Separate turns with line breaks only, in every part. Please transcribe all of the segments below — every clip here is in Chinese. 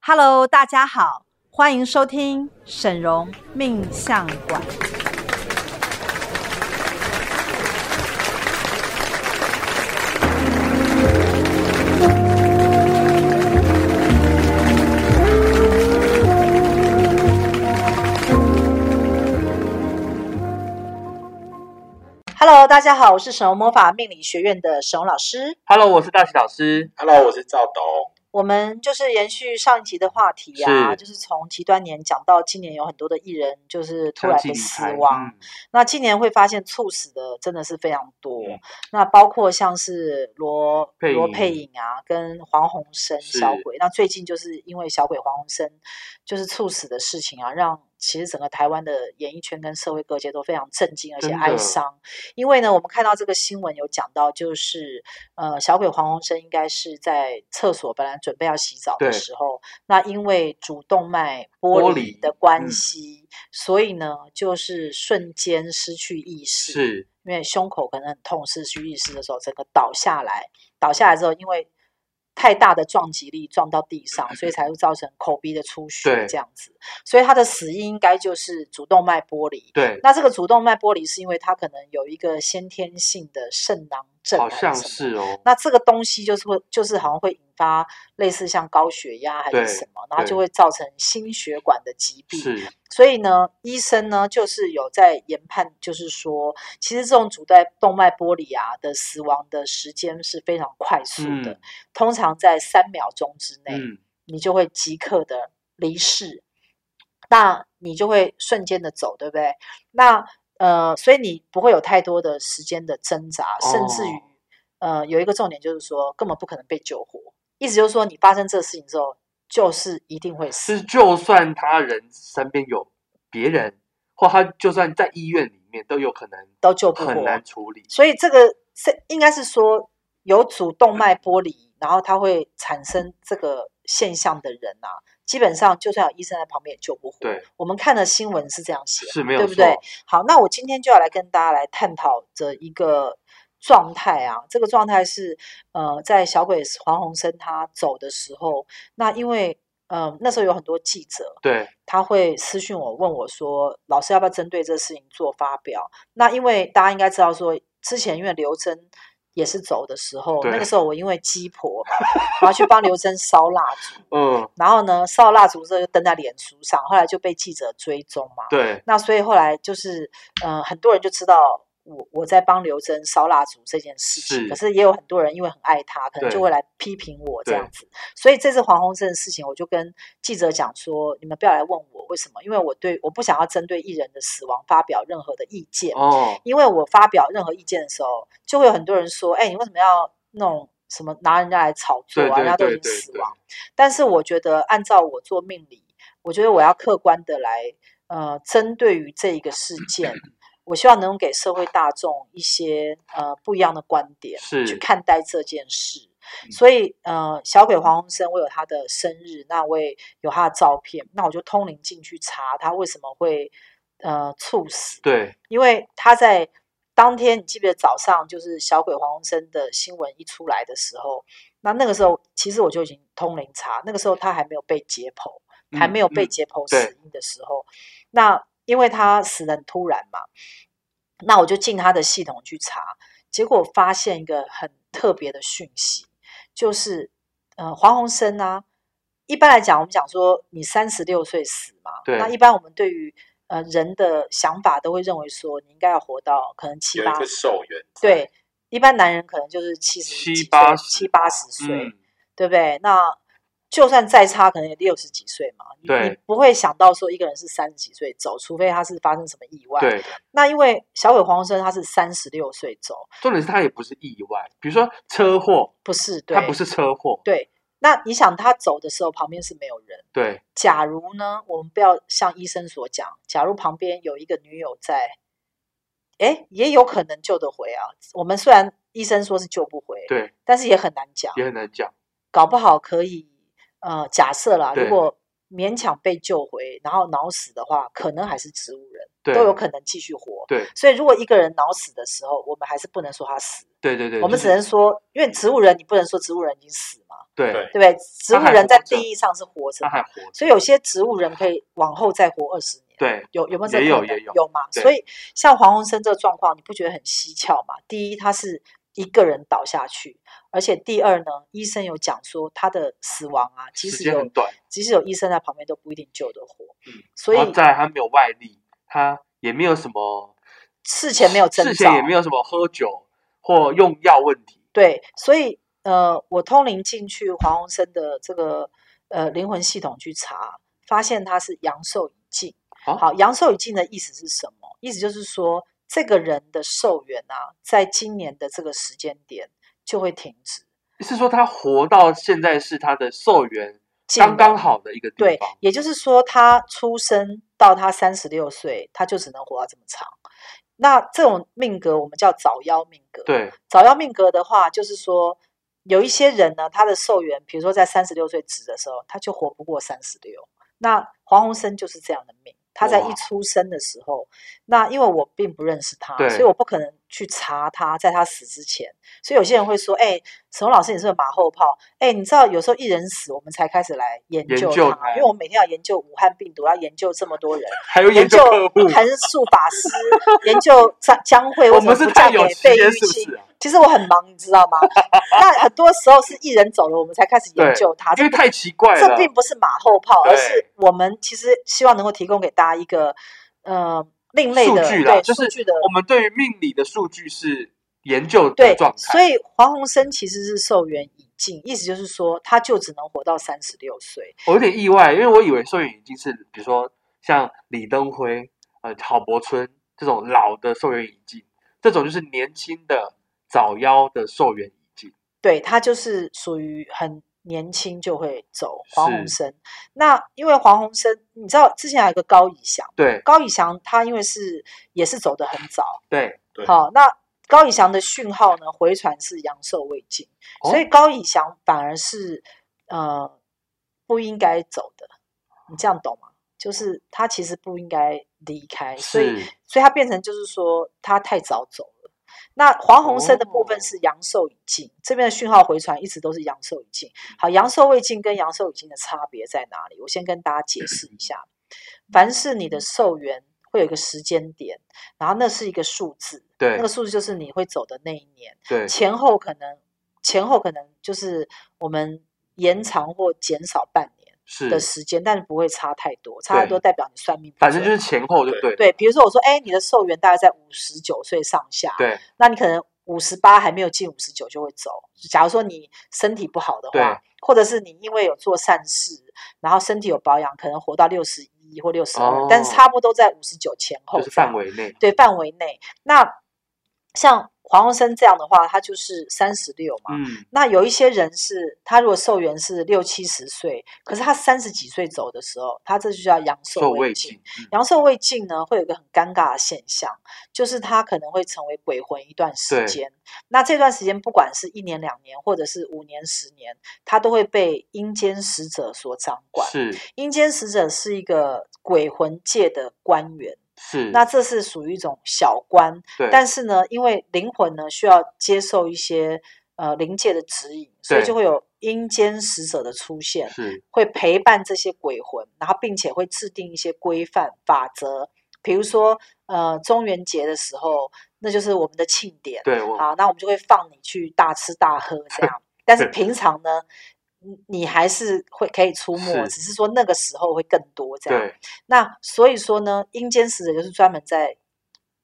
Hello，大家好，欢迎收听沈荣命相馆。Hello，大家好，我是沈荣魔法命理学院的沈荣老师。
Hello，我是大喜老师。
Hello，我是赵董。
我们就是延续上一集的话题啊，
是
就是从极端年讲到今年有很多的艺人就是突然
相继
的
离
死
开
亡，，
嗯
那今年会发现猝死的真的是非常多，
嗯
那包括像是罗
佩
罗
颖
佩颖啊，跟黄鸿升
是
小鬼，那最近就是因为小鬼黄鸿升就是猝死的事情啊，让其实整个台湾的演艺圈跟社会各界都非常震惊而且
真
哀
的
伤，因为呢，我们看到这个新闻有讲到，就是呃，小鬼黄鸿升应该是在厕所本来准备要洗澡的
对
时候，那因为主动脉
剥
剥
离
离的关
嗯
系。所以呢，就是瞬间失去意识，
是
因为胸口可能很痛，失去意识的时候，整个倒下来，倒下来之后，因为太大的撞击力撞到地上，所以才会造成口鼻的出血
对
这样子。所以他的死因应该就是主动脉剥离。
对，
那这个主动脉剥离是因为他可能有一个先天性的肾囊症，
好像。是哦。
那这个东西就是会，就是好像会引发类似像高血压还
对
是什么，然后就
对
会造成心血管的疾病。
是
所以呢，医生呢就是有在研判，就是说，其实这种主带动脉剥离啊的死亡的时间是非常快速的，
嗯
通常在三秒钟之内，
嗯，
你就会即刻的离世，那你就会瞬间的走，对不对？那呃，所以你不会有太多的时间的挣扎，甚至于、
哦
呃，有一个重点就是说，根本不可能被救活。意思就是说，你发生这个事情之后，就是一定会死
是。就算他人身边有别人，或他就算在医院里面，都有可能
都救不活
很难处理。
所以这个是应该是说有主动脉
嗯
剥离，然后它会产生这个现象的人啊，基本上就算有医生在旁边也救不活。
对，
我们看的新闻是这样写嘛，
是没有
对不对
错？
好，那我今天就要来跟大家来探讨这一个状态啊，这个状态是呃，在小鬼黄鸿升他走的时候，那因为呃那时候有很多记者，
对，
他会私讯我，问我说：“老师要不要针对这事情做发表？”那因为大家应该知道说，之前因为刘真也是走的时候，那
对
个时候我因为鸡婆，我要去帮刘真烧蜡烛，
嗯，
然后呢，烧蜡烛之后就登在脸书上，后来就被记者追踪嘛。
对，
那所以后来就是，呃，很多人就知道我我在帮刘真烧蜡烛这件事情，
是
可是也有很多人因为很爱他，可能就
对
会来批评我这
对
样子。所以这次黄鸿升的事情，我就跟记者讲说，你们不要来问我为什么，因为我对我不想要针对艺人的死亡发表任何的意见，
哦，
因为我发表任何意见的时候，就会有很多人说，哎、你为什么要弄什么拿人家来炒作
对
啊？人
对
家都
对
已经
对
死
对
亡。但是我觉得，按照我做命理，我觉得我要客观的来，呃，针对于这一个事件，我希望能给社会大众一些呃不一样的观点去
是
看待这件事。
嗯
所以，呃，小鬼黄鸿升，我有他的生日，那我也有他的照片，那我就通灵进去查他为什么会呃猝死。
对，
因为他在当天，你记不记得早上就是小鬼黄鸿升的新闻一出来的时候，那那个时候其实我就已经通灵查，那个时候他还没有被解剖，还没有被
嗯
解剖
对
死因的时候，那因为他死的很突然嘛，那我就进他的系统去查，结果发现一个很特别的讯息，就是呃黄鸿升啊，一般来讲我们讲说你三十六岁死嘛，
对
那一般我们对于呃人的想法都会认为说你应该要活到可能七
有
八
一个寿元，，
对，一般男人可能就是七十
七
几岁
八十
七八十岁，
嗯，
对不对？那就算再差，可能也六十几岁嘛。你你
对
不会想到说一个人是三十几岁走，除非他是发生什么意外。，
对，
那因为小鬼黄鸿升他是三十六岁走，
重点是他也不是意外，比如说车祸，
不是对，
他不是车祸，
对。那你想他走的时候旁边是没有人，
对，
假如呢，我们不要像医生所讲，假如旁边有一个女友在，哎，也有可能救得回啊。我们虽然医生说是救不回，
对，
但是也很难讲。
也很难讲，
搞不好可以呃假设啦，如
对
果勉强被救回，然后脑死的话，可能还是植物人，
对，
都有可能继续活。
对，
所以如果一个人脑死的时候，我们还是不能说他死，
对对对，
我们
就
只
是
能说，因为植物人你不能说植物人已经死嘛，
对
对
对不对？植
他
物
还
人在
活着
定义上是活着
他，还活着，
所以有些植物人可以往后再活二十年。
对
有有没有这个
也有
可能
也有
有嘛？
对
所以像黄鸿升这个状况，你不觉得很蹊跷吗？第一，他是一个人倒下去，而且第二呢，医生有讲说他的死亡啊，即
时
使
间
有
很短，
即使有医生在旁边，都不一定救得活。
嗯
所以
然后再来他没有外力，他也没有什么
事前没有征兆，
事前也没有什么喝酒或用药问题，
对，所以呃，我通灵进去黄鸿升的这个呃灵魂系统去查，发现他是阳寿已尽。
啊
好，阳寿已尽的意思是什么？意思就是说，这个人的寿元啊，在今年的这个时间点就会停止。
是说他活到现在是他的寿元
尽
刚刚
了
好的一个地
对
方，，
也就是说，他出生到他三十六岁，他就只能活到这么长。那这种命格，我们叫早夭命格。
对
早夭命格的话，就是说有一些人呢，他的寿元，比如说在三十六岁止的时候，他就活不过三十六。那黄鸿升就是这样的命，他在
哇
一出生的时候，那因为我并不认识他，
对
所以我不可能去查他在他死之前。所以有些人会说：“哎、沈宏老师，你是不是马后炮？”哎、你知道有时候一人死，我们才开始来研
研
究
究
他，因
他
为我们每天要研究武汉病毒，要研究这么多人，
还有 研
研
究
究
客户，
函数法师， 研究江江蕙为
我
什么
们是
不
太
嫁
有
给
时
费
间
玉
是不
清
是？啊？
其实我很忙，你知道吗？ 那很多时候是艺人走了，我们才开始研
对
究他，
因
这
为太奇怪了
这，并不是马后炮，而
对
是我们其实希望能够提供给大家一个呃另类
数
的
据啦，
对
就
数
是
据的
我们对于命理的数据是研究的
对
状，态，
所以黄鸿升其实是寿元已尽，意思就是说他就只能活到三十六岁。
我有点意外，因为我以为寿元已经是比如说像李登辉、呃郝柏村这种老的寿元已尽，这种就是年轻的早夭的寿元已尽，
对他就是属于很年轻就会走黄鸿
是
升。那因为黄鸿升，你知道之前还有一个高以翔，
对
高以翔他因为是也是走得很早，
对，
对
好，那高以翔的讯号呢回传是阳寿未尽，
哦
所以高以翔反而是呃不应该走的，你这样懂吗？就是他其实不应该离开，所以
是
所以他变成就是说他太早走了。那黄鸿升的部分
哦
是阳寿已尽，这边的讯号回传一直都是阳寿已尽。好，阳寿未尽跟阳寿已尽的差别在哪里？我先跟大家解释一下。凡是你的寿元会有一个时间点，然后那是一个数字，
对
那个数字就是你会走的那一年，
对
前后可能前后可能就是我们延长或减少半年
是
的，时间，但是不会差太多，差太多
对
代表你算命不
反正就
准
是前后就对
对，比如说我说，哎，你的寿元大概在五十九岁上下，
对
那你可能五十八还没有进五十九就会走。假如说你身体不好的
对
话，或者是你因为有做善事，然后身体有保养，可能活到六十一或六十
哦
二，但是差不多在五十九前后
就是
这
范
样
围内，
对范围内。那像黄鸿升这样的话，他就是三十六嘛。
嗯，
那有一些人是，他如果寿元是六七十岁，可是他三十几岁走的时候，他这就叫阳寿
受
未
未
尽。
尽，嗯
阳寿未尽呢，会有一个很尴尬的现象，就是他可能会成为鬼魂一段时
对
间。那这段时间，不管是一年、两年，或者是五年、十年，他都会被阴间使者所掌管。
是
阴间使者是一个鬼魂界的官员，
是，
那这是属于一种小官，
嗯对，
但是呢，因为灵魂呢需要接受一些呃灵界的指引，所以
对
就会有阴间使者的出现。
是
会陪伴这些鬼魂，然后并且会制定一些规范法则，比如说呃中元节的时候，那就是我们的庆典，
对我
好，那我们就会放你去大吃大喝这 样。但是平常呢，你你还是会可以出没，
是
只是说那个时候会更多这样。
对，
那所以说呢，阴间使者就是专门在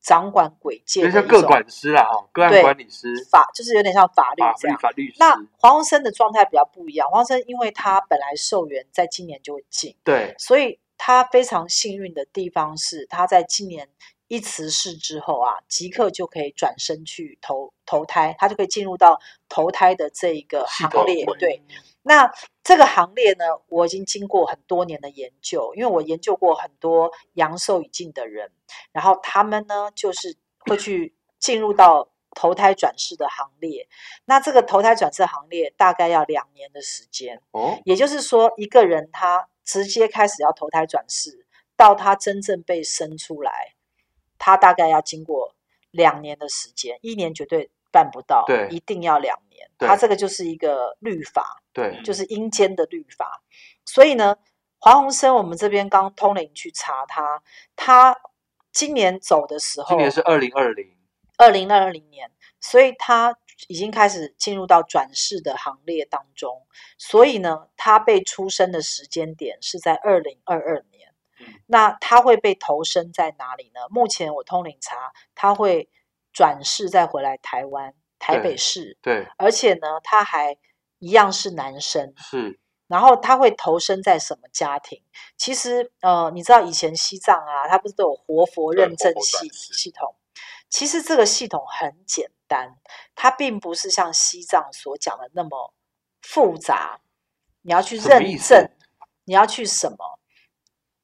掌管鬼界
就
的
像
一
个
种
管师啦，哈，个案
对
管理师，
法，就是有点像法律
法
这
律
样。
法律师，
那黄鸿升的状态比较不一样，黄鸿升因为他本来寿元在今年就会尽，
对
所以他非常幸运的地方是，他在今年一辞世之后啊，即刻就可以转身去投投胎，他就可以进入到投胎的这一个
系
行
统
列
会。
对，那这个行列呢，我已经经过很多年的研究，因为我研究过很多阳寿已尽的人，然后他们呢，就是会去进入到投胎转世的行列。那这个投胎转世行列大概要两年的时间。
嗯
哦，
也就是说，一个人他直接开始要投胎转世，到他真正被生出来，他大概要经过两年的时间，一年绝对办不到，
对
一定要两年。
对
它这个就是一个律法，
对
就是阴间的律法。所以呢，黄鸿升我们这边刚通灵去查他，他今年走的时
今
候，
年是二零二零，
二零二零年，所以他已经开始进入到转世的行列当中。所以呢，他被出生的时间点是在二零二二年
嗯。
那他会被投身在哪里呢？目前我通灵查，他会转世再回来台湾台北
对
市，
对，
而且呢，他还一样是男生。
是，
然后他会投身在什么家庭？其实，呃，你知道以前西藏啊，它不是都有活佛
对
认
活
证
佛
系
转世
系统？其实这个系统很简单，它并不是像西藏所讲的那么复杂。你要去
什么
认
意思
证，你要去什么？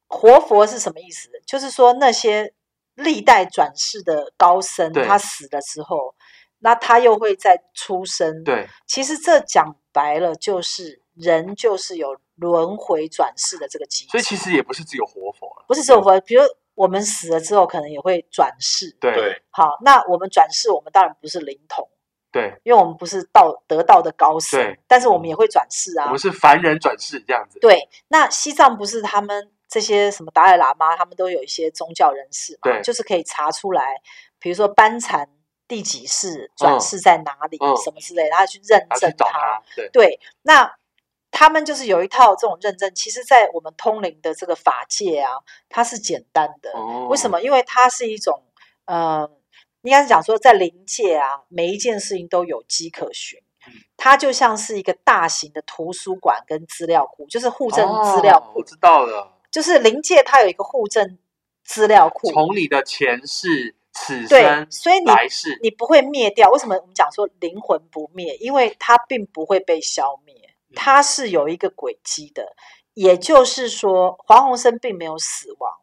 活佛是什么意思？就是说那些历代转世的高僧，
对
他死了之后，那他又会再出生，
对
其实这讲白了就是人就是有轮回转世的这个机制，
所以其实嗯也不是只有活佛了，
不是只有佛，比如我们死了之后可能也会转世。
对
对，
好，那我们转世，我们当然不是灵童，
对，
因为我们不是道得道的高僧
对，嗯
但是我们也会转世
我
啊
们。是凡人转世这样子，
对，那西藏不是他们这些什么达赖喇嘛，他们都有一些宗教人士嘛，
对
就是可以查出来，比如说班禅第几世转
嗯
世在哪里，
嗯
什么之类的，他去认
他
证
去找他，对
对，那他们就是有一套这种认证，其实，在我们通灵的这个法界啊，它是简单的。
哦
为什么？因为它是一种，呃，应该是讲说，在灵界啊，每一件事情都有迹可循
嗯。
它就像是一个大型的图书馆跟资料库，就是户政资料
哦
库，
我知道了。
就是灵界它有一个户政资料库。
从你的前世、此
对
生，、
所以你
来世，
你不会灭掉。为什么我们讲说灵魂不灭？因为它并不会被消灭，
嗯
它是有一个轨迹的。也就是说，黄鸿升并没有死亡，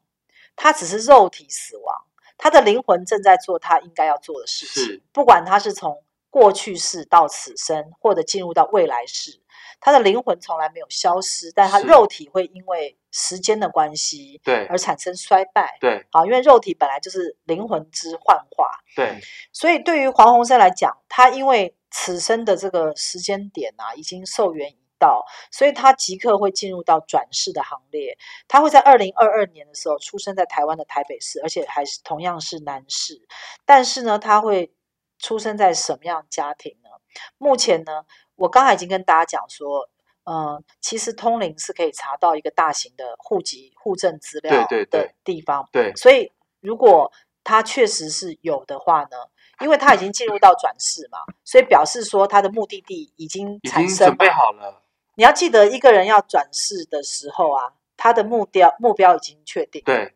他只是肉体死亡，他的灵魂正在做他应该要做的事情
是。
不管他是从过去世到此生，或者进入到未来世，他的灵魂从来没有消失，但他
是
肉体会因为时间的关系
对
而产生衰败。
对
好，因为肉体本来就是灵魂之幻化，
对
所以对于黄鸿升来讲，他因为此生的这个时间点啊，已经寿元已到，所以他即刻会进入到转世的行列。他会在二零二二年的时候出生在台湾的台北市，而且还是同样是男士。但是呢，他会出生在什么样的家庭呢？目前呢，我刚才已经跟大家讲说。嗯，其实通灵是可以查到一个大型的户籍户政资料
对对
的地方，
对，
所以如果他确实是有的话呢，因为他已经进入到转世嘛，所以表示说他的目的地已经
已
产
经
生
准
嘛
备。好了，
你要记得，一个人要转世的时候啊，他的目标目标已经确定。
对，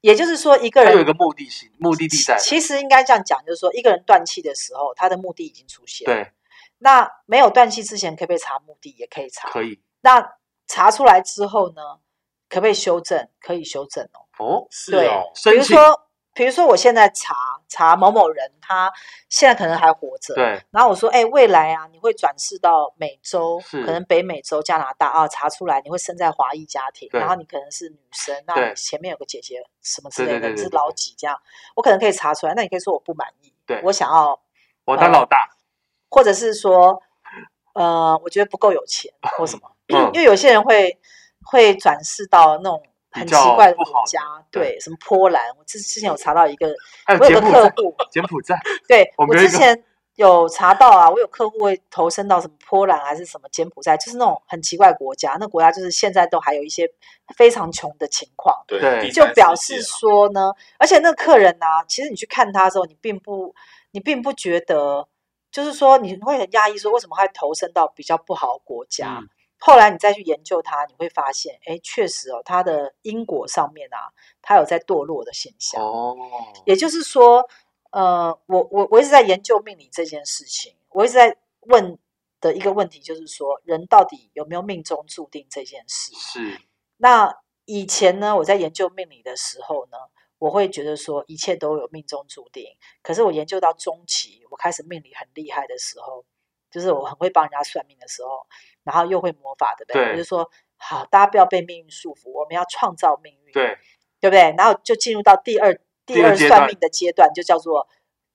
也就是说，一个
他有一
人
个目的性、目的地在了，
其实应该这样讲，就是说，一个人断气的时候，他的目的已经出现。，
对，
那没有断气之前，可不可以查目的？也可以查。
可以
那查出来之后呢，可不可以修正？可以修正哦。
哦，
是
对
哦，
比如
申请
说，比如说我现在查查某某人，他现在可能还活着，。
对
然后我说，哎，未来啊，你会转世到美洲，
是
可能北美洲、加拿大啊，查出来你会生在华裔家庭，
对
然后你可能是女生，那
对
你前面有个姐姐什么之类
对
的，
对对
你是
对对
老
对
几这样，我可能可以查出来。那你可以说我不满意，
对
我想要，
我
呃
当老大，
或者是说，呃，我觉得不够有钱或什么。
嗯
因，为有些人会会转世到那种
比
很奇
较
怪的
不
国
好的
家，
对
对，什么波兰，我之之前有查到一个，
还有
我有个
柬埔
客
寨，
户，
柬埔寨，
对
我们有
之
一个
前有查到啊，我有客户会投身到什么波兰还是什么柬埔寨，就是那种很奇怪的国家，那国家就是现在都还有一些非常穷的情况。
对
对
第
就
三
表
世
示
界
哦
嘛
说呢，而且那个客人呢、啊其实你去看他的时候，你并不，你并不觉得，就是说你会很压抑，说为什么他会投身到比较不好的国家？
嗯
后来你再去研究他，你会发现，哎，确实哦，他的因果上面啊，他有在堕落的现象。
哦，
也就是说，呃，我我我一直在研究命理这件事情，我一直在问的一个问题就是说，人到底有没有命中注定这件事？
是
那以前呢，我在研究命理的时候呢，我会觉得说一切都有命中注定。可是我研究到中期，我开始命理很厉害的时候，就是我很会帮人家算命的时候，然后又会魔法，对不对？我
对
就说好，大家不要被命运束缚，我们要创造命运，
对
对不对？然后就进入到第二第
第二
二
阶
算
段
命的阶段，就叫做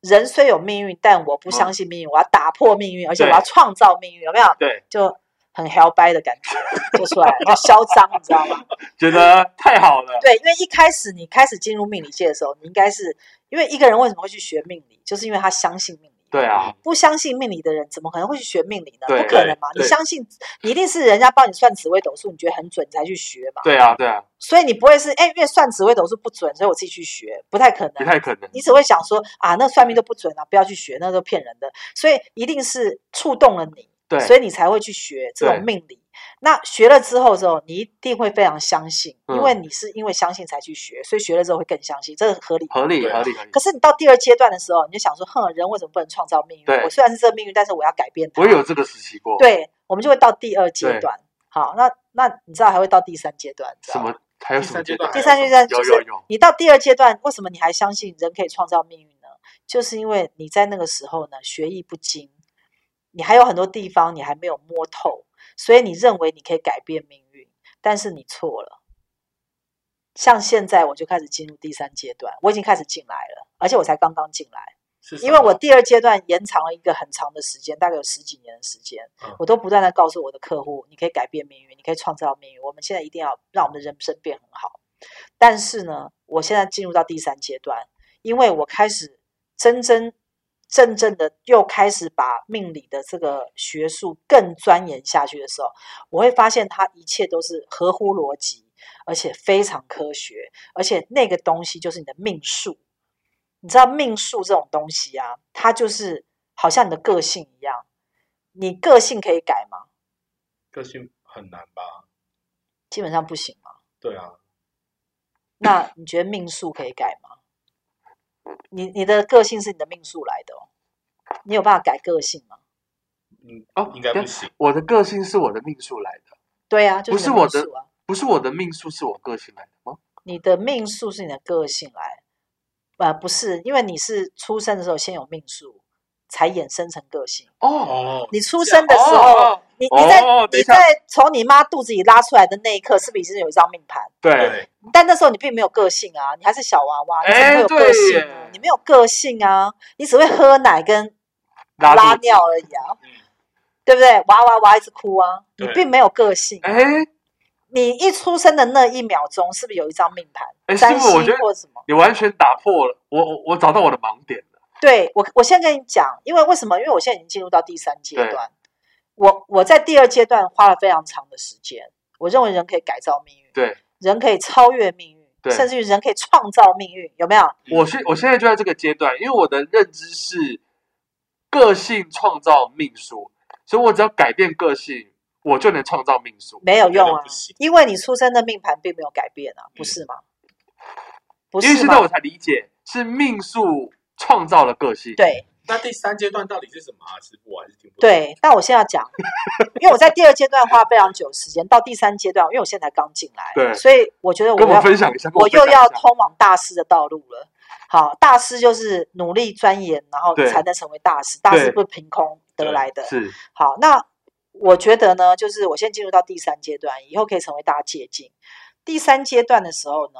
人虽有命运，但
嗯
我不相信命运，我要打破命运，而且我要创造命运，有没有？
对，
就很 hell 掰的感觉就出来了，就嚣张，你知道吗？
觉得太好了，
对，因为一开始你开始进入命理界的时候，你应该是因为一个人为什么会去学命理，就是因为他相信命理。
对啊，
不相信命理的人，怎么可能会去学命理呢？
对
不可能嘛！
对
你相信，你一定是人家帮你算紫微斗数，你觉得很准，你才去学嘛。
对啊，对啊，
所以你不会是哎，因为算紫微斗数不准，所以我自己去学，不太可
不
能。
太可能。
你只会想说啊，那算命都不准啊，不要去学，那都骗人的。所以一定是触动了你，
对，
所以你才会去学这
对
种命理。那学了之后之后，你一定会非常相信，因为
嗯
你是因为相信才去学，所以学了之后会更相信，这是合理的。
合理，
对
合理，合
啊
理
可。是你到第二阶段的时候，你就想说，哼，人为什么不能创造命
对
运？我虽然是这个命运，但是我要改变它。
我有这个时期过，，
对，我们就会到第二阶
对
段。好，那那你知道还会到第三阶段？你知
什
道吗
么还有
第
什么
三
阶
阶
段
段？
第三阶段就
有有
是
有，
你到第二阶段，为什么你还相信人可以创造命运呢？就是因为你在那个时候呢，学艺不精，你还有很多地方你还没有摸透，所以你认为你可以改变命运，但是你错了。像现在我就开始进入第三阶段，我已经开始进来了，而且我才刚刚进来。
是什
因为我
么
第二阶段延长了一个很长的时间，大概有十几年的时间
嗯，
我都不断的告诉我的客户，你可以改变命运，你可以创造命运。我们现在一定要让我们的人生变很好。但是呢，我现在进入到第三阶段，因为我开始真真正正的又开始把命理的这个学术更钻研下去的时候，我会发现它一切都是合乎逻辑，而且非常科学，而且那个东西就是你的命数。你知道命数这种东西啊，它就是好像你的个性一样，你个性可以改吗？
个性很难吧？
基本上不行嘛。
对啊，
那你觉得命数可以改吗？你你的个性是你的命数来的哦，你有办法改个性吗？
嗯，
哦
应该
等
不
下
行。
我的个性是我的命数来的，
对啊，就
不
是
是
你的
我
命
的
数啊。
不是我的命数是我个性来的吗？
你的命数是你的个性来，呃，不是，因为你是出生的时候先有命数，才衍生成个性。
哦，
哦，
你出
这样
生的时候，
哦哦
你你在、
哦等一
你
下
在从你妈肚子里拉出来的那一刻，是不是已经有一张命盘？
对
对，
但那时候你并没有个性啊，你还是小娃娃，你怎
哎
么会有个性啊
对耶
呢？你没有个性啊，你只会喝奶跟
拉
拉
肚子。
尿而已啊，
嗯
对不对？哇哇哇一直哭啊，你
对
并没有个性。啊
哎，
你一出生的那一秒钟，是不是有一张命
哎
盘？占
师傅我觉
星
得
或什么？
你完全打破了我我我找到我的盲点了。
对我，我现在跟你讲，因为为什么？因为我现在已经进入到第三阶
对
段，我我在第二阶段花了非常长的时间。我认为人可以改造命运，
对，
人可以超越命运，
对
甚至于人可以创造命运，有没有？
嗯
我现我现在就在这个阶段，因为我的认知是个性创造命数，所以我只要改变个性，我就能创造命数。
没有
觉得
用啊
不行，
因为你出生的命盘并没有改变啊，不是吗？不
嗯因为
是
现在我
吗？
才理解，是命数创造了个性。
对
那第三阶段到底是什么啊？师傅，我还是听不懂。
对，但我现在要 讲，因为我在第二阶段花非常久时间，到第三阶段，因为我现在才刚进来，
对
所以我觉得我
跟我
要
分享一下，跟
我
分
又
享一下
要通往大师的道路了。好，大师就是努力钻研，然后
对
才能成为大师。大师
对
不是凭空得来的。
是
好，那我觉得呢，就是我先进入到第三阶段，以后可以成为大家借鉴。第三阶段的时候呢，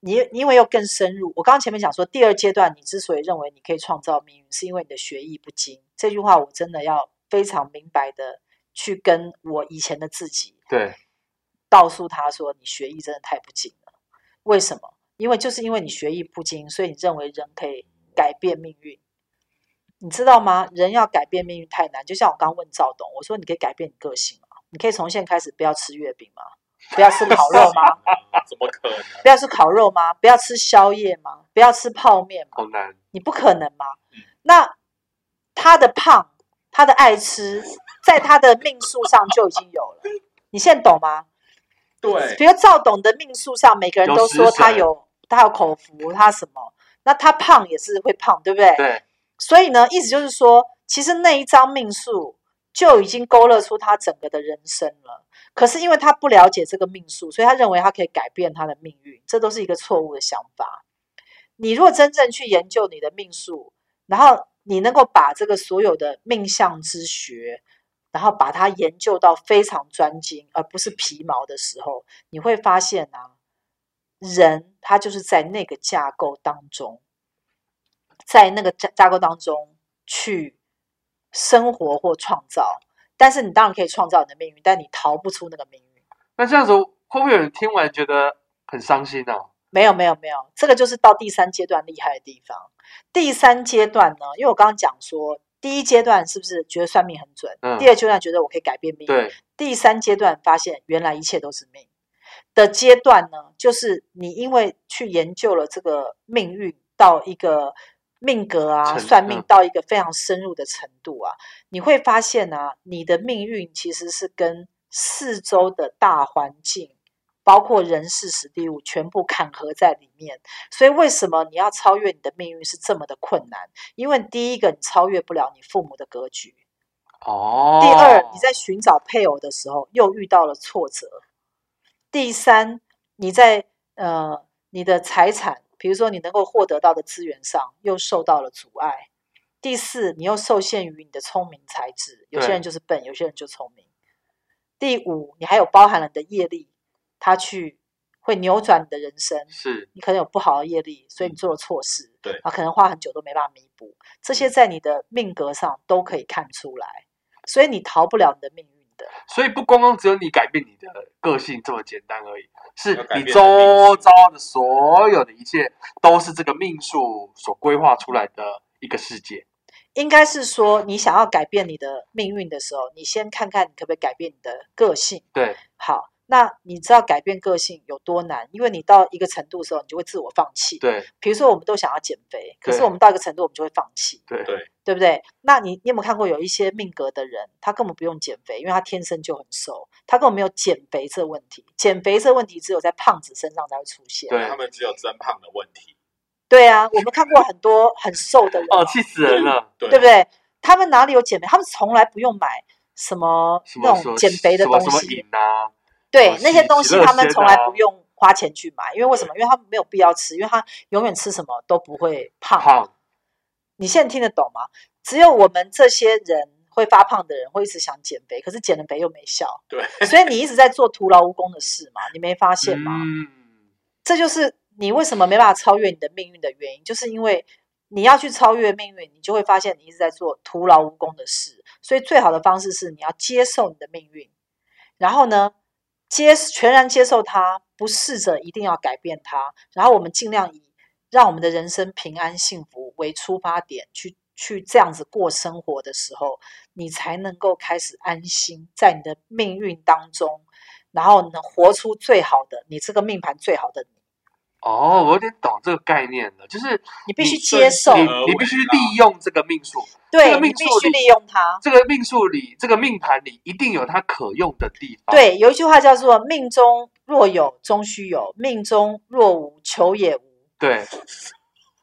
你你因为又更深入，我刚刚前面讲说，第二阶段你之所以认为你可以创造命运，是因为你的学艺不精。这句话我真的要非常明白的去跟我以前的自己
对
告诉他说，你学艺真的太不精了。为什么？因为就是因为你学艺不精，所以你认为人可以改变命运，你知道吗？人要改变命运太难。就像我刚问赵董，我说你可以改变你个性吗？啊你可以从现在开始不要吃月饼吗？不要吃烤肉吗？
啊怎么可能？
不要吃烤肉吗？不要吃宵夜吗？不要吃泡面吗？
好难。
你不可能嘛
嗯。
那他的胖，他的爱吃，在他的命数上就已经有了。你现在懂吗？
对
比如赵董的命数上，每个人都说他有他有口福，他什么？那他胖也是会胖，对不对？
对
所以呢，意思就是说，其实那一张命数就已经勾勒出他整个的人生了。可是因为他不了解这个命数，所以他认为他可以改变他的命运，这都是一个错误的想法。你如果真正去研究你的命数，然后你能够把这个所有的命相之学，然后把它研究到非常专精，而不是皮毛的时候，你会发现啊，人他就是在那个架构当中，在那个架架构当中去生活或创造。但是你当然可以创造你的命运，但你逃不出那个命运。
那这样子会不会有人听完觉得很伤心啊？
没有没有没有，这个就是到第三阶段厉害的地方。第三阶段呢，因为我刚刚讲说，第一阶段是不是觉得算命很准？
嗯
第二阶段觉得我可以改变命运。
对，
第三阶段发现原来一切都是命的阶段呢，就是你因为去研究了这个命运到一个命格啊、
程
算命
嗯
到一个非常深入的程度啊，你会发现啊，你的命运其实是跟四周的大环境。包括人事、实地、物，全部砍合在里面，所以为什么你要超越你的命运是这么的困难？因为第一个，你超越不了你父母的格局，
哦。
第二，你在寻找配偶的时候又遇到了挫折。第三，你在呃你的财产，比如说你能够获得到的资源上，又受到了阻碍。第四，你又受限于你的聪明才智，有些人
对
就是笨，有些人就聪明。第五，你还有包含了你的业力，它去会扭转你的人生。
是
你可能有不好的业力，所以
嗯
你做了错事，
对
啊，可能花很久都没办法弥补，这
嗯
些在你的命格上都可以看出来，所以你逃不了你的命运的。
所以不光光只有你改变你的个性这么简单而已，是
要改
你
变
周遭的所有的一切都是这个命数所规划出来的一个世界。
应该是说，你想要改变你的命运的时候，你先看看你可不可以改变你的个性。
对，
好，那你知道改变个性有多难？因为你到一个程度的时候，你就会自我放弃。
对，
比如说，我们都想要减肥，可是
对
我们到一个程度，我们就会放弃。
对
对，
对不对？那你你有没有看过有一些命格的人，他根本不用减肥，因为他天生就很瘦，他根本没有减肥这问题。减肥这问题只有在胖子身上才会出现。
对
他们只有增胖的问题，
对啊，我们看过很多很瘦的人啊，
哦，气死人了！
对啊
对不对？他们哪里有减肥？他们从来不用买什么
什
那
么什
种
么
减肥的
什么
东
什么
西
饮，啊？
对
么
那些
喜
东西
喜乐
他们
鲜
从来
啊
不用花钱去买，因为为什么？因为他们没有必要吃，因为他永远吃什么都不会胖。
胖，
你现在听得懂吗？只有我们这些人会发胖的人会一直想减肥，可是减了肥又没效，
对，
所以你一直在做徒劳无功的事嘛，你没发现吗？
嗯，
这就是你为什么没办法超越你的命运的原因，就是因为你要去超越命运，你就会发现你一直在做徒劳无功的事。所以最好的方式是你要接受你的命运，然后呢，接全然接受它，不试着一定要改变它。然后我们尽量以让我们的人生平安幸福为出发点去。去这样子过生活的时候，你才能够开始安心，在你的命运当中然后能活出最好的你这个命盘最好的你，
哦，我有点懂这个概念了，就是
你必须
你
接受，
你
而
你
为
必须
啦
利用这个命数，这
对
个
你
命
必
数
须
里
利用它。
这个命数里，这个命盘里一定有它可用的地方。，
对，有一句话叫做“命中若有，终须有；命中若无，求也无。
对，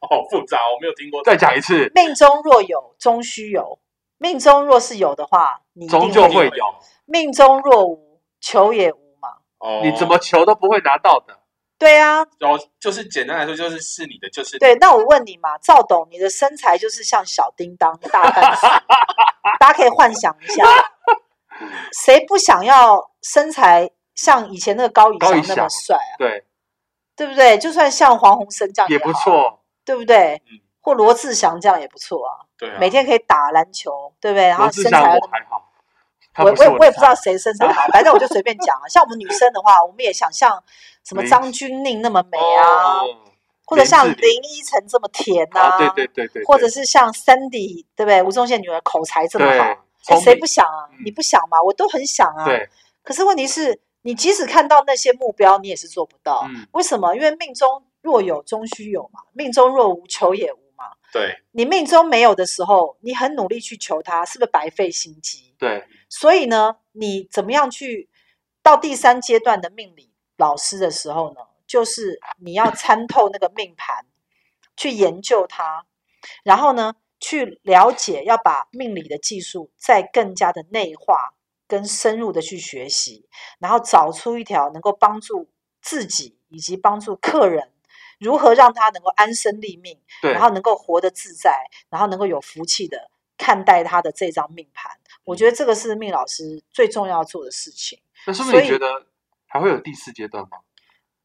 好哦复杂，我没有听过。
再讲一次，
命中若有，终须有；命中若是有的话，你一定
终究
会
会
有；
有，
命中若无，求也无嘛。
哦，
你怎么求都不会拿到的。
对啊，
然后就是简单来说，就是是你的，就是你
对。那我问你嘛，赵董，你的身材就是像小叮当、大番薯，大家可以幻想一下，谁不想要身材像以前那个高以
高以
翔那么
翔
帅啊？
对，
对不对？就算像黄鸿升这样
也
好
不，错。
对不对？
嗯
或罗志祥这样也不错啊，
对啊，
每天可以打篮球，对不对？然后
罗志
身
祥
材又
我
那么
还好，他
我我
不是
也我也
的
不知道
菜。
谁身材好，反正我就随便讲啊。像我们女生的话，我们也想像什么
林
张钧甯那么美啊，
哦
或者像
林志玲
林依晨这么甜
啊，对对对对，
或者
对
是像 Sandy 对不对？吴宗宪女儿口才这么好，
对
哎，
聪
谁
明
不想啊？
嗯
你不想吗？我都很想啊。
对，
可是问题是你即使看到那些目标，你也是做不到。
嗯，
为什么？因为命中若有，终须有嘛；命中若无，求也无嘛。
对
你命中没有的时候，你很努力去求它，是不是白费心机？
对，
所以呢，你怎么样去到第三阶段的命理老师的时候呢？就是你要参透那个命盘，去研究它，然后呢，去了解，要把命理的技术再更加的内化跟深入的去学习，然后找出一条能够帮助自己以及帮助客人。如何让他能够安身立命，
对，
然后能够活得自在，然后能够有福气的看待他的这张命盘。
嗯
我觉得这个是命老师最重要做的事情。
那是不
所
是
以
你觉得还会有第四阶段吗？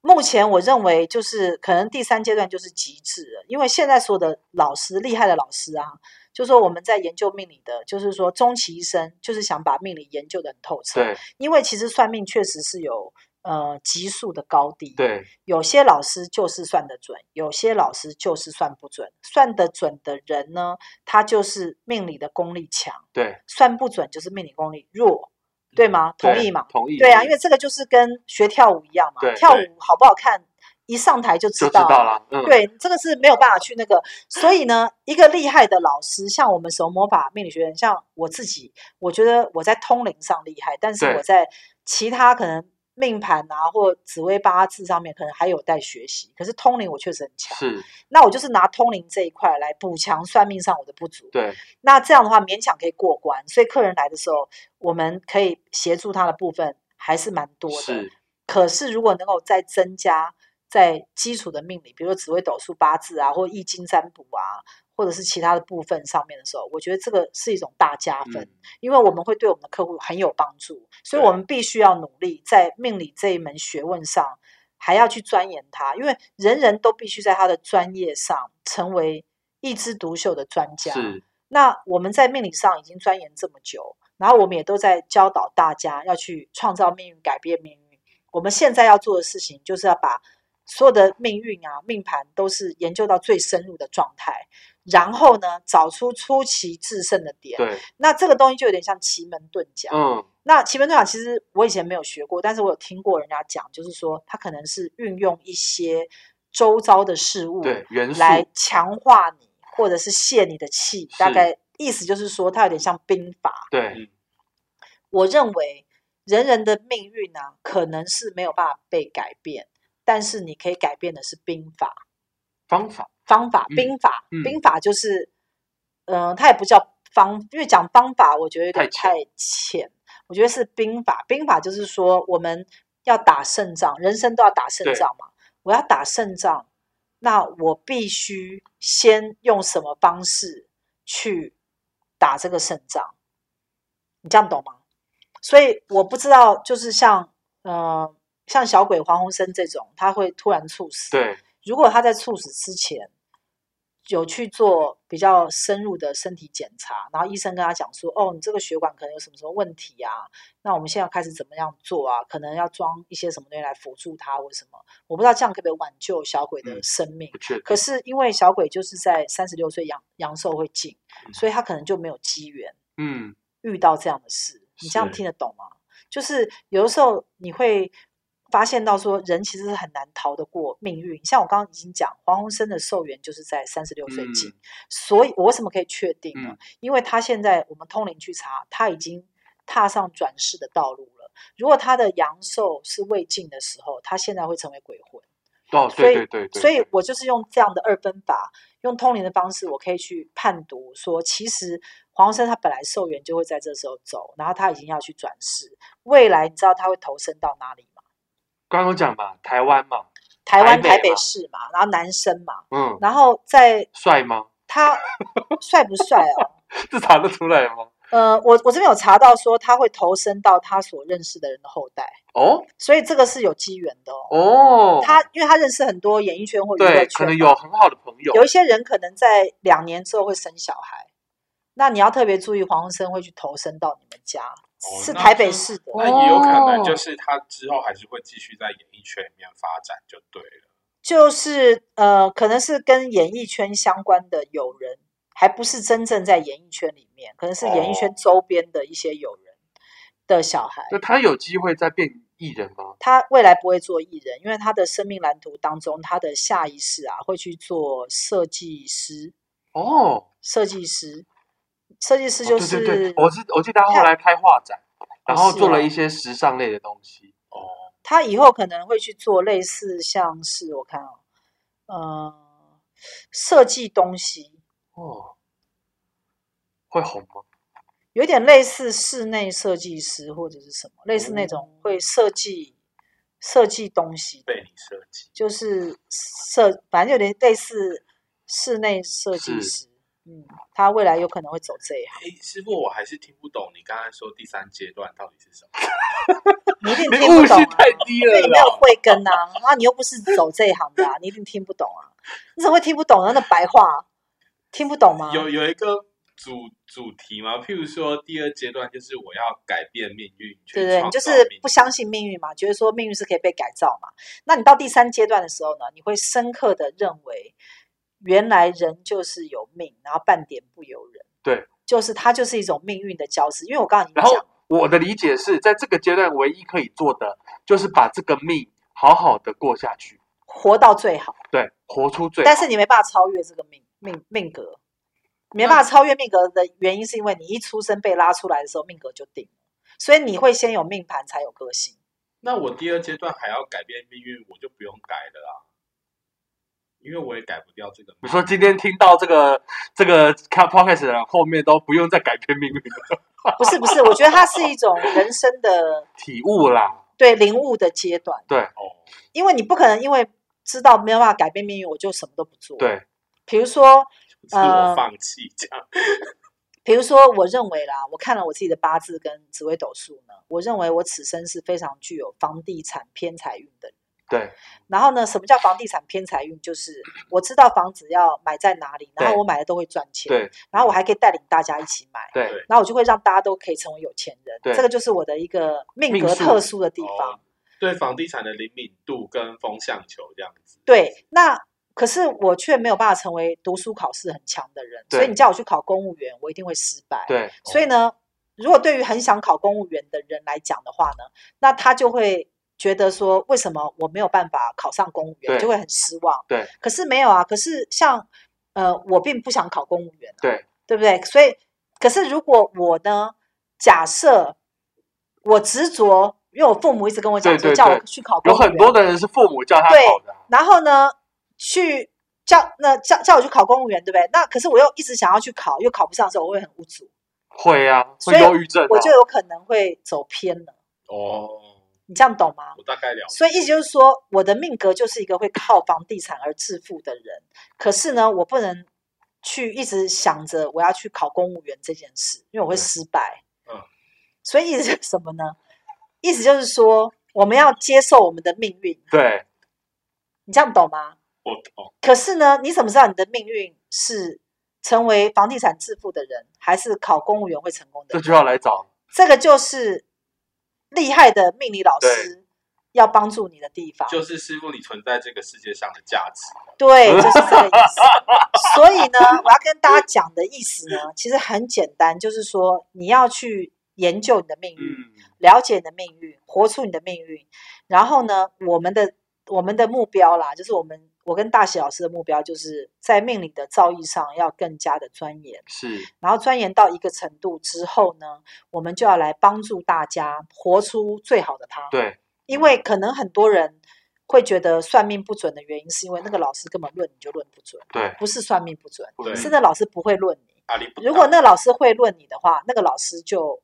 目前我认为就是可能第三阶段就是极致了，因为现在所有的老师厉害的老师啊，就说我们在研究命理的，就是说终其一生就是想把命理研究的很透彻，
对
因为其实算命确实是有呃级数的高低，，
对
有些老师就是算得准，有些老师就是算不准，算得准的人呢，他就是命理的功力强，
对，嗯
算不准就是命理功力弱，对吗？同
对
意吗？
同意。
对啊，
同意
因为这个就是跟学跳舞一样嘛
对，
跳
对
舞好不好看，一上台就
就
知
知
道啊
道。了，嗯，
对，这个是没有办法去那个，所以呢，一个厉害的老师，像我们手魔法命理学院，像我自己，我觉得我在通灵上厉害，但是
对
我在其他可能命盘啊或紫微八字上面，可能还有待学习。可是通灵我确实很强，
是，
那我就是拿通灵这一块来补强算命上我的不足。
对
那这样的话勉强可以过关，所以客人来的时候，我们可以协助他的部分还是蛮多的。
是，
可是如果能够再增加在基础的命理，比如说紫微斗数、八字啊，或易经占卜啊，或者是其他的部分上面的时候，我觉得这个是一种大加分，
嗯，
因为我们会对我们的客户很有帮助，所以
对
我们必须要努力在命理这一门学问上，还要去钻研它，因为人人都必须在他的专业上成为一枝独秀的专家。
是
那我们在命理上已经钻研这么久，然后我们也都在教导大家要去创造命运、改变命运。我们现在要做的事情，就是要把所有的命运啊、命盘都是研究到最深入的状态，然后呢，找出出奇制胜的点。
对，
那这个东西就有点像奇门遁甲。
嗯，
那奇门遁甲其实我以前没有学过，但是我有听过人家讲，就是说它可能是运用一些周遭的事物，
对，元
嗯
素，
来强化你，或者是泄你的气，大
是
概意思就是说，它有点像兵法。
对
我认为人人的命运啊，可能是没有办法被改变，但是你可以改变的是兵法、
方法，
方法、
嗯
兵法、
嗯
兵法就是，嗯、它也不叫方，因为讲方法，我觉得有点
太
太浅。我觉得是兵法，兵法就是说我们要打胜仗，人生都要打胜
对
仗嘛。我要打胜仗，那我必须先用什么方式去打这个胜仗？你这样懂吗？所以我不知道，就是像呃，像小鬼黄鸿升这种，他会突然猝死，
对
如果他在猝死之前有去做比较深入的身体检查，然后医生跟他讲说，哦，你这个血管可能有什么什么问题啊，那我们现在要开始怎么样做啊？可能要装一些什么东西来辅助他或什么，我不知道这样可不可以挽救小鬼的
嗯
生命。
不确定，
可是因为小鬼就是在三十六岁阳阳寿会尽，
嗯
所以他可能就没有机缘。
嗯，
遇到这样的事，你这样
是
听得懂吗？就是有的时候你会发现到说，人其实是很难逃得过命运。像我刚刚已经讲，黄鸿升的寿元就是在三十六岁
嗯
进，所以我为什么可以确定呢？
嗯
因为他现在我们通灵去查，他已经踏上转世的道路了。如果他的阳寿是未尽的时候，他现在会成为鬼魂。
哦，
所以
对对对对，
所以
对
我就是用这样的二分法，用通灵的方式，我可以去判读说，其实黄生他本来寿元就会在这时候走，然后他已经要去转世，未来你知道他会投身到哪里吗？
刚刚有讲嘛，台湾嘛，
台湾
台北
台北
嘛
市嘛，然后男生嘛，
嗯，
然后在
帅吗？
他帅不帅哦？
这查得出来吗？
呃，我我这边有查到说他会投身到他所认识的人的后代，
哦
所以这个是有机缘的哦。
哦，
他因为他认识很多演艺圈或娱乐
对，可
圈嘛，
能有很好的朋友，
有一些人可能在两年之后会生小孩，那你要特别注意黄鸿生会去投生到你们家，是
那
台北
就
市的，
那也有可
哦
能就是他之后还是会继续在演艺圈里面发展，就对了。
就是呃，可能是跟演艺圈相关的友人，还不是真正在演艺圈里面，可能是演艺圈
哦
周边的一些友人的小孩。
那他有机会再变艺人吗？
他未来不会做艺人，因为他的生命蓝图当中，他的下一世啊会去做设计师，
哦，
设计师，设计师就
哦
是、
对对对，我是我记得他后来开画展，然后
是
做
哦
了一些时尚类的东西，
哦，
他以后可能会去做类似像是我看哦，呃，设计东西，
哦，会红吗？
有点类似室内设计师或者是什么，类似那
哦
种会设计设计东西的，
被你设计，
就是设，反正有点类似室内设计
是
师。嗯，他未来有可能会走这一行，
哎，师傅，我还是听不懂你刚才说第三阶段到底是什么。
你一定
你
听不
悟
懂
性
啊
太，低
因
了
为你没有
啦。
慧根呐、啊，然后你又不是走这一行的、啊，你一定听不懂啊，你怎么会听不懂呢？那白话啊听不懂吗？
有有一个主主题吗？譬如说第二阶段就是我要改变命运，去
对不对？你
创
就
造
是
命
不
运
相信命运嘛，觉得说命运是可以被改造嘛。那你到第三阶段的时候呢，你会深刻的认为，原来人就是有命，然后半点不由人。
对，
就是它就是一种命运的交织。因为我刚刚已经
然后
讲，
我的理解是在这个阶段，唯一可以做的就是把这个命好好的过下去，
活到最好，
对，活出最好。
但是你没办法超越这个命命命格，没办法超越命格的原因是因为你一出生被拉出来的时候，命格就定了，所以你会先有命盘才有个性。
那我第二阶段还要改变命运，我就不用改了啦，因为我也改不掉这个
呃
命。
你说今天听到这个这个看 podcast 的人，后面都不用再改变命运了，
不是不是，我觉得它是一种人生的
体悟啦，
对领悟的阶段。
对
哦，
因为你不可能因为知道没有办法改变命运，我就什么都不做。，
对，
比如说，
是我放弃这样。哦
比如说，我认为啦，我看了我自己的八字跟紫微斗数呢，我认为我此生是非常具有房地产偏财运的人。
对，
然后呢，什么叫房地产偏财运？就是我知道房子要买在哪里，然后
对
我买了都会赚钱，
对，
然后我还可以带领大家一起买，
对，
然后我就会让大家都可以成为有钱人。
对
这个就是我的一个命
命
格
数
特殊的地方。
哦，对房地产的灵敏度跟风向球这样子。
对，那可是我却没有办法成为读书考试很强的人，所以
对
你叫我去考公务员，我一定会失败。，
对，
所以呢，如果对于很想考公务员的人来讲的话呢，那他就会觉得说，为什么我没有办法考上公务员，
对
就会很失望。
对，
可是没有啊，可是像呃，我并不想考公务员、啊，
对，
对不对？所以，可是如果我呢，假设我执着，因为我父母一直跟我讲
对
说，
对
叫我
对
去考公
有
务员
很，多的人是父母叫他
对
考的，
然后呢，去叫那叫叫我去考公务员，对不对？那可是我又一直想要去考，又考不上的时候，我会很无助，
会啊，
所
会
以
忧郁症啊，
我就有可能会走偏了。
哦，
你这样懂吗？
我大概了解。
所以意思就是说，我的命格就是一个会靠房地产而致富的人。可是呢，我不能去一直想着我要去考公务员这件事，因为我会
对
失败。
嗯，
所以意思是什么呢？意思就是说，我们要接受我们的命运。
对
你这样懂吗？
我哦懂。
可是呢，你怎么知道你的命运是成为房地产致富的人，还是考公务员会成功的
这
人？
就要来找，
这个就是厉害的命理老师要帮助你的地方。
就是师傅，你存在这个世界上的价值。
对，就是这个意思。 所以呢，我要跟大家讲的意思呢，其实很简单，就是说你要去研究你的命运，
嗯，
了解你的命运，活出你的命运。然后呢，我们的我们的目标啦，就是我们我跟大喜老师的目标，就是在命理的造诣上要更加的钻研。
是
然后钻研到一个程度之后呢，我们就要来帮助大家活出最好的他。，
对
因为可能很多人会觉得算命不准的原因，是因为那个老师根本论你就论不准，
对嗯
不是算命不准，
对
是那老师不会论你。
阿里啊不达
如果那老师会论你的话，那个老师就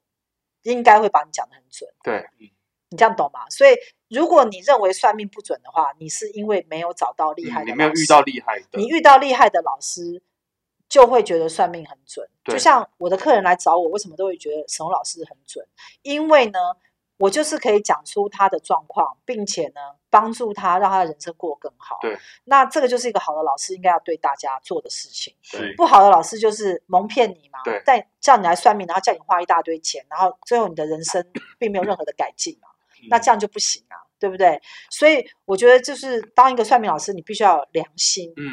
应该会把你讲的很准。
对
你这样懂吗？所以，如果你认为算命不准的话，你是因为没有找到厉害
嗯
的、
你没有遇到，厉害的
你，遇到厉害的老师，就会觉得算命很准。
对
就像我的客人来找我，为什么都会觉得沈宏老师很准？因为呢，我就是可以讲出他的状况，并且呢，帮助他让他的人生过得更好。
对，
那这个就是一个好的老师应该要对大家做的事情。
是
不好的老师就是蒙骗你嘛，
对
但叫你来算命，然后叫你花一大堆钱，然后最后你的人 生并没有任何的改进嘛。
嗯
嗯
那这样就不行啊，对不对？所以我觉得，就是当一个算命老师，你必须要有良心。
嗯，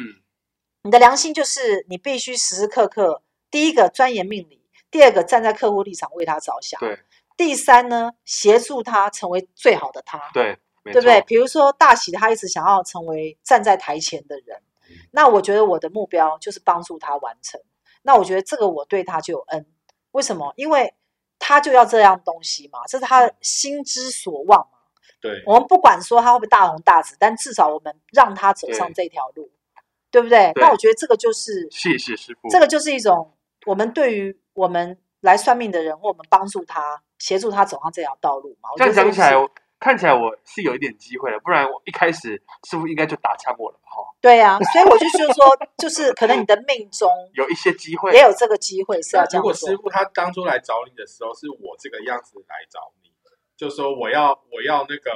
你的良心就是你必须时时刻刻，第一个钻研命理，第二个站在客户立场为他着想，
对
第三呢，协助他成为最好的他，
对，对
对不对？？比如说大喜，他一直想要成为站在台前的人，
嗯
那我觉得我的目标就是帮助他完成。那我觉得这个我对他就有恩，为什么？因为他就要这样东西嘛，这是他的心之所望嘛。
嗯
对
我们不管说他会不会大红大紫，但至少我们让他走上这条路，对不对？
对
那我觉得这个就是
谢谢师傅，
这个就是一种我们对于我们来算命的人，或我们帮助他、协助他走上这条道路嘛。我
这
觉得
样讲
个
起来
是，
看起来我是有一点机会的，不然我一开始师傅应该就打枪我了哈、
对呀、所以我就觉得说，就是可能你的命中
有一些机会
也有这个机会是要这
如果
样
师
做。
傅他当初来找你的时候，是我这个样子来找你，就说我要我要那个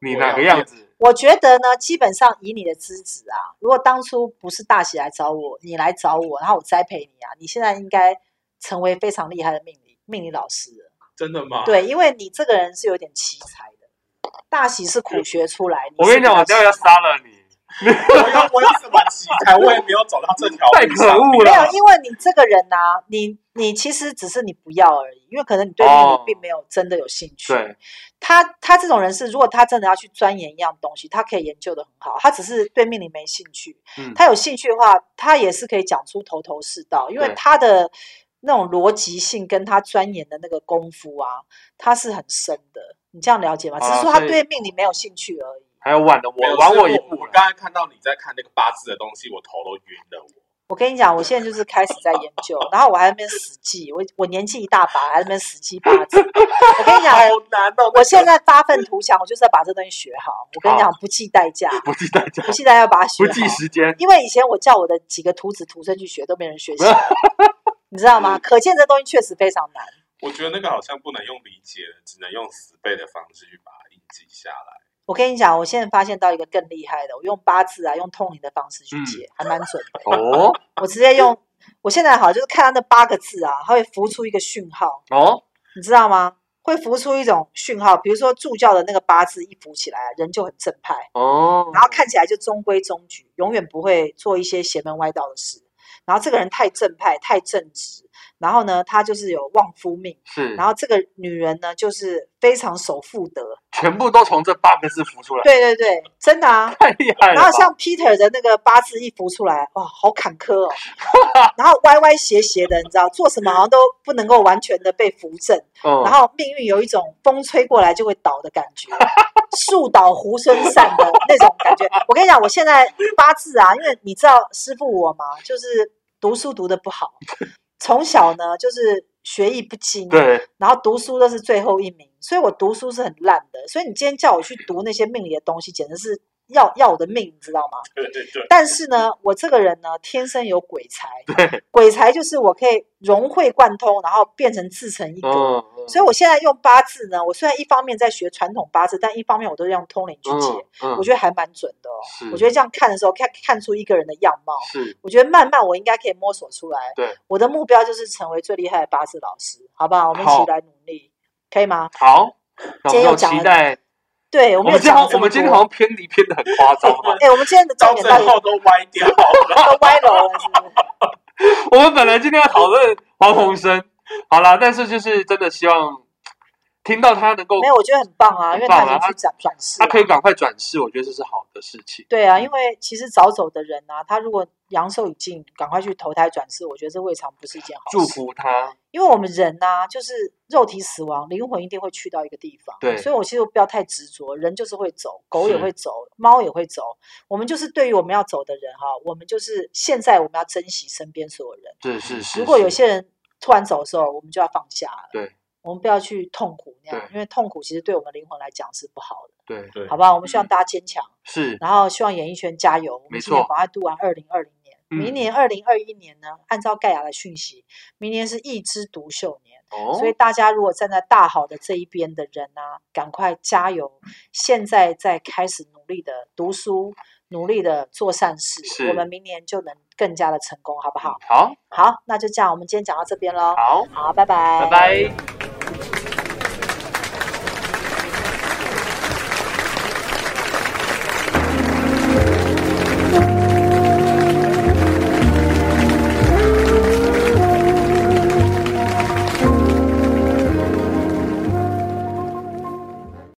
你
我
哪
要
个样
变
子？
我觉得呢，基本上以你的资质啊，如果当初不是大喜来找我，你来找我，然后我栽培你啊，你现在应该成为非常厉害的命理命理老师了。
真的吗？，
对，因为你这个人是有点奇才的，大喜是苦学出来。
我跟你讲，我
这
待会要杀了你！
我有我有什么奇才？我也没有走到这条
太
路上
可恶
没有
了，
因为你这个人呐、你你其实只是你不要而已，因为可能你对命
哦
理并没有真的有兴趣。
对，
他他这种人是，如果他真的要去钻研一样东西，他可以研究的很好，他只是对命理没兴趣。
嗯
他有兴趣的话，他也是可以讲出头头是道，因为
对
他的那种逻辑性跟他钻研的那个功夫啊，他是很深的。你这样了解吗？只
哦
是说他
所以
对命理没有兴趣而已。
还要晚了
没有
我，晚我
师
一
傅
步
我
了。
刚才看到你在看那个八字的东西，我头都晕了。我
我跟你讲，我现在就是开始在研究，然后我还在那边死记，我我年纪一大把，还在那边死记八字。我跟你讲，
好难哦！
我现在发愤图强，我就是要把这东西学好。我跟你讲，不计代价，
不计代 价
不，计代价把它学
不
好。
计时间，
因为以前我叫我的几个徒子徒孙去学，都没人学 习，你知道吗？可见这东西确实非常难。
我觉得那个好像不能用理解的，只能用死背的方式去把它印记下来。
我跟你讲，我现在发现到一个更厉害的，我用八字啊，用通灵的方式去
嗯
解，还蛮准的。
哦
我直接用，我现在好像就是看到那八个字啊，它会浮出一个讯号，
哦，
你知道吗？会浮出一种讯号，比如说助教的那个八字一浮起来，啊人就很正派，
哦，
然后看起来就中规中矩，永远不会做一些邪门歪道的事。然后这个人太正派、太正直，然后呢，他就是有旺夫命。
是，
然后这个女人呢，就是非常守妇德，
全部都从这八个字浮出来，
对对对，真的啊。
太厉害了吧。
然后像 Peter 的那个八字一浮出来，哇，好坎坷 哦。然后歪歪斜斜的，你知道，做什么好像都不能够完全的被扶正。
嗯，
然后命运有一种风吹过来就会倒的感觉，树倒猢狲散的那种感觉。我跟你讲，我现在八字啊，因为你知道师傅我嘛，就是读书读的不好，从小呢就是学艺不精，
对，
然后读书都是最后一名，所以我读书是很烂的。所以你今天叫我去读那些命理的东西，简直是要要我的命，你知道吗？
对对对，
但是呢，我这个人呢，天生有鬼才，鬼才就是我可以融会贯通，然后变成自成一格。
嗯，
所以我现在用八字呢，我虽然一方面在学传统八字，但一方面我都用通灵去解，
嗯，
我
得
觉得还蛮准的哦。
是，
我觉得这样看的时候，看看出一个人的样貌，
是
我觉得慢慢我应该可以摸索出来。
对，
我的目标就是成为最厉害的八字老师，好不好？我们一
好
起来努力，可以吗？
好。那我
今天
们
又
就
讲
期
了
待，
对，我
我
们
们
有
今天
讲了
好像我们今
这
天
么
好
多
像偏离偏的很 夸张嘛。
哎、我们今天的
到
重点
最
到底
后都歪掉了。
都歪楼了，是 不是？
我们本来今天要讨论黄鸿升，好啦，但是就是真的希望听到他能够
没，有，我觉得很棒啊，因为
很棒
他
啊
已经
他
去转转世
他
了。
可以赶快转世，我觉得这是好的事情。
对啊，因为其实早走的人啊，他如果阳寿已尽，赶快去投胎转世，我觉得这未尝不是一件好事。
祝福他，
因为我们人呐、就是肉体死亡，灵魂一定会去到一个地方。
对
所以我其实不要太执着，人就是会走，狗也
是
会走，猫也会走。我们就是对于我们要走的人哈，我们就是现在我们要珍惜身边所有人。
是是是。
如果有
是
些人突然走的时候，我们就要放下了。
对，
我们不要去痛苦那样，
对
因为痛苦其实对我们灵魂来讲是不好的，
对
对
好不好？我们希望
嗯
大家坚强，
是
然后希望演艺圈加油。我
没
们今年
错
赶快度完二零二零年，
嗯
明年二零二一年呢，按照盖亚的讯息，明年是一枝独秀年。
哦，
所以大家如果站在大好的这一边的人啊，赶快加油！现在在开始努力的读书，努力的做善事，
是
我们明年就能更加的成功，好不好？
好
好，那就这样，我们今天讲到这边喽。
好，
好，拜拜，
拜拜。